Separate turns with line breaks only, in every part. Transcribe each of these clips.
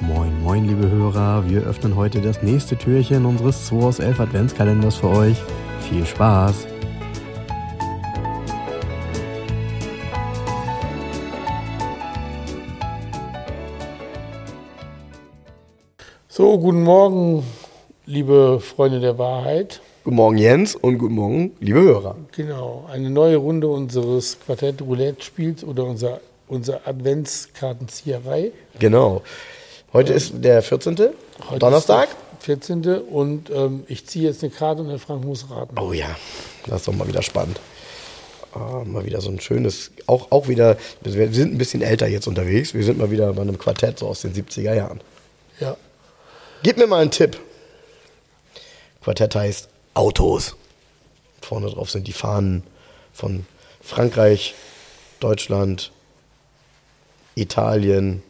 Moin, moin, liebe Hörer. Wir öffnen heute das nächste Türchen unseres 2 aus 11 Adventskalenders für euch. Viel Spaß!
So, guten Morgen, liebe Freunde der Wahrheit.
Guten Morgen Jens und guten Morgen liebe Hörer.
Genau, eine neue Runde unseres Quartett Roulette Spiels oder unser, unser Adventskartenzieherei.
Genau. Heute ist der 14.
Heute
Donnerstag.
Ist der 14. und ähm, ich ziehe jetzt eine Karte und der Frank muss raten.
Oh ja, das ist doch mal wieder spannend. Ah, mal wieder so ein schönes, auch, auch wieder, wir sind ein bisschen älter jetzt unterwegs. Wir sind mal wieder bei einem Quartett so aus den 70er Jahren.
Ja.
Gib mir mal einen Tipp. Quartett heißt Autos. Vorne drauf sind die Fahnen von Frankreich, Deutschland, Italien.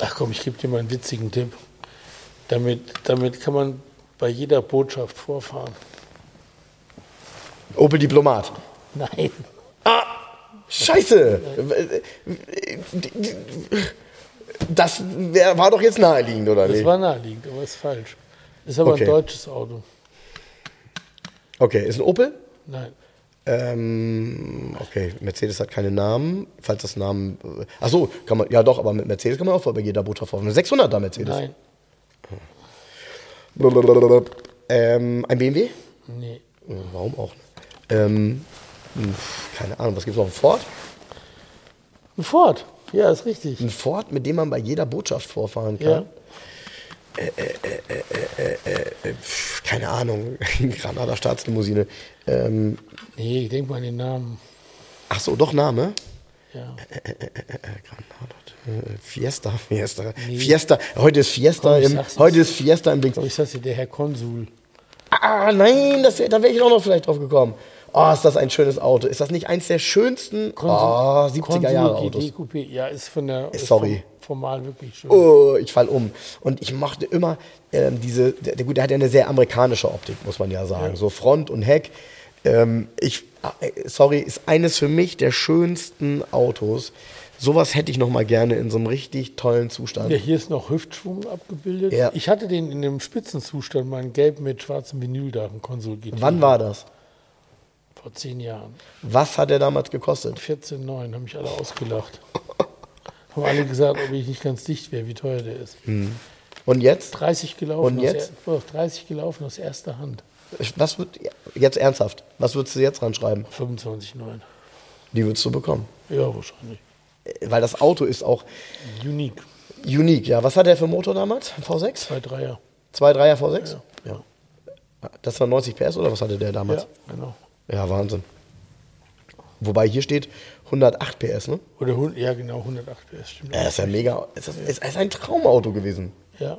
Ach komm, ich gebe dir mal einen witzigen Tipp. Damit, damit kann man bei jeder Botschaft vorfahren.
Opel Diplomat.
Nein.
Ah, Scheiße! Das wär, war doch jetzt naheliegend, oder
Das
nicht?
war naheliegend, aber ist falsch. Ist aber
Okay.
ein deutsches Auto.
Okay, ist ein Opel?
Nein.
Ähm, okay, Mercedes hat keine Namen. Falls das Namen. äh, Ach so, kann man. Ja, doch, aber mit Mercedes kann man auch bei jeder Botschaft auf. 600er Mercedes.
Nein.
Blablabla. Ähm, ein BMW?
Nee.
Warum auch? Ähm, pf, keine Ahnung, was gibt's noch? Ein Ford?
Ein Ford. Ja, ist richtig.
Ein Ford, mit dem man bei jeder Botschaft vorfahren kann?
Ja.
Pf, Keine Ahnung, Granada Staatslimousine. Ähm,
Nee, ich denke mal an den Namen.
ach so, doch Name?
Ja.
Granada, äh, Fiesta, Fiesta, Fiesta. Heute ist Fiesta
Komm, ich
im,
sag's
heute ist Fiesta im Blick.
Aber ich sag's dir, der Herr Konsul.
Ah, nein, das, wär- da wäre ich auch noch vielleicht drauf gekommen. Oh, ist das ein schönes Auto. Ist das nicht eins der schönsten oh, 70er Jahre Autos?
GT Coupé. Ja, ist von der. Ist
Sorry.
Vom, formal wirklich schön.
Oh, ich fall um. Und ich mochte immer ähm, diese, der, der- gut, der hat ja eine sehr amerikanische Optik, muss man ja sagen. So Front und Heck. Ähm, ich, ah, äh, sorry, ist eines für mich der schönsten Autos. Sowas hätte ich noch mal gerne in so einem richtig tollen Zustand.
Ja, hier ist noch Hüftschwung abgebildet.
Ja.
Ich hatte den in dem Spitzenzustand, mal in gelb mit schwarzem Vinyldach, ein Konsul GT.
Wann war das?
Vor zehn Jahren.
Was hat er damals gekostet?
14,9 haben mich alle ausgelacht. haben alle gesagt, ob ich nicht ganz dicht wäre, wie teuer der ist.
Und jetzt?
30 gelaufen.
Hm. Und
aus
jetzt?
Er, 30 gelaufen aus erster Hand.
Was wird, jetzt ernsthaft, was würdest du jetzt ranschreiben?
25,9.
Die würdest du bekommen.
Ja, wahrscheinlich.
Äh, Weil das Auto ist auch
Unique.
unique. Ja, was hat er für einen Motor damals? V6?
Zwei Dreier.
2,3er V6?
Ja.
Das war 90 PS oder was hatte der damals?
Ja, genau.
Ja, Wahnsinn. Wobei hier steht 108 PS, ne?
Oder hun- ja, genau, 108 PS, stimmt.
Ja, ist ja mega. Es ist, es ist ein Traumauto gewesen.
Ja,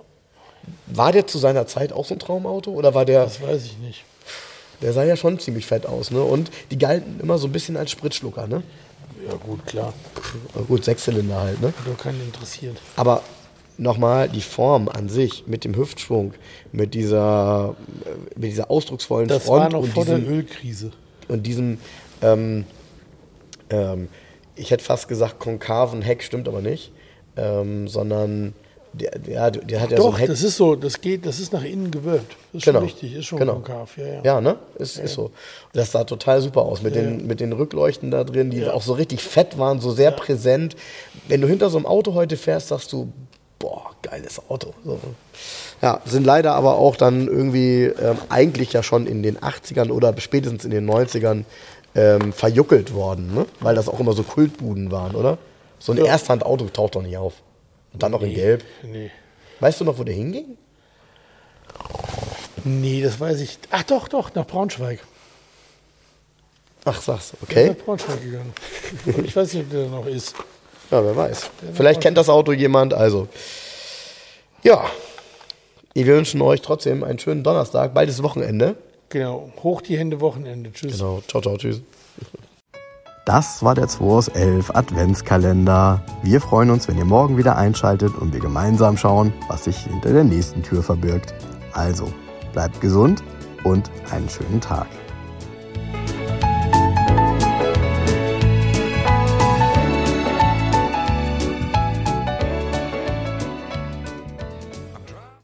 War der zu seiner Zeit auch so ein Traumauto oder war der.
das weiß ich nicht.
Der sah ja schon ziemlich fett aus, ne? Und die galten immer so ein bisschen als Spritschlucker, ne?
Ja, gut, klar.
Aber Gut, Sechszylinder halt, ne?
Hat doch keinen interessiert.
Aber nochmal die Form an sich mit dem Hüftschwung, mit dieser, äh, mit dieser ausdrucksvollen
Das war
Front
noch
und
vor der
diesem,
Ölkrise.
und diesem ähm, ähm, ich hätte fast gesagt konkaven Heck, stimmt aber nicht, ähm, sondern der, der, der hat ja so
Doch,
ein Heck.
das ist so, das geht, das ist nach innen gewölbt. Das ist schon richtig, ist schon
genau.
konkav. Ja, ja.
ja ne? Ist, ist so. Das sah total super aus mit, den, mit den Rückleuchten da drin, die auch so richtig fett waren, so sehr präsent. Wenn du hinter so einem Auto heute fährst, sagst du, boah, geiles Auto. So. Ja, sind leider aber auch dann irgendwie ähm, eigentlich ja schon in den 80ern oder spätestens in den 90ern ähm, verjuckelt worden, ne? weil das auch immer so Kultbuden waren, oder? So ein Ersthand-Auto taucht doch nicht auf. Und dann noch in Gelb.
Nee.
Weißt du noch, wo der hinging?
nee, das weiß ich. Ach doch, doch, nach Braunschweig.
Ach, sagst du, okay.
Nach Braunschweig gegangen. ich weiß nicht, ob der da noch ist.
Ja, wer weiß. Vielleicht kennt das Auto jemand, also. Ja. Wir wünschen euch trotzdem einen schönen Donnerstag, baldes Wochenende.
Genau, hoch die Hände Wochenende. Tschüss.
Genau. Ciao, ciao, tschüss. Das war der 2 aus 11 Adventskalender. Wir freuen uns, wenn ihr morgen wieder einschaltet und wir gemeinsam schauen, was sich hinter der nächsten Tür verbirgt. Also, bleibt gesund und einen schönen Tag.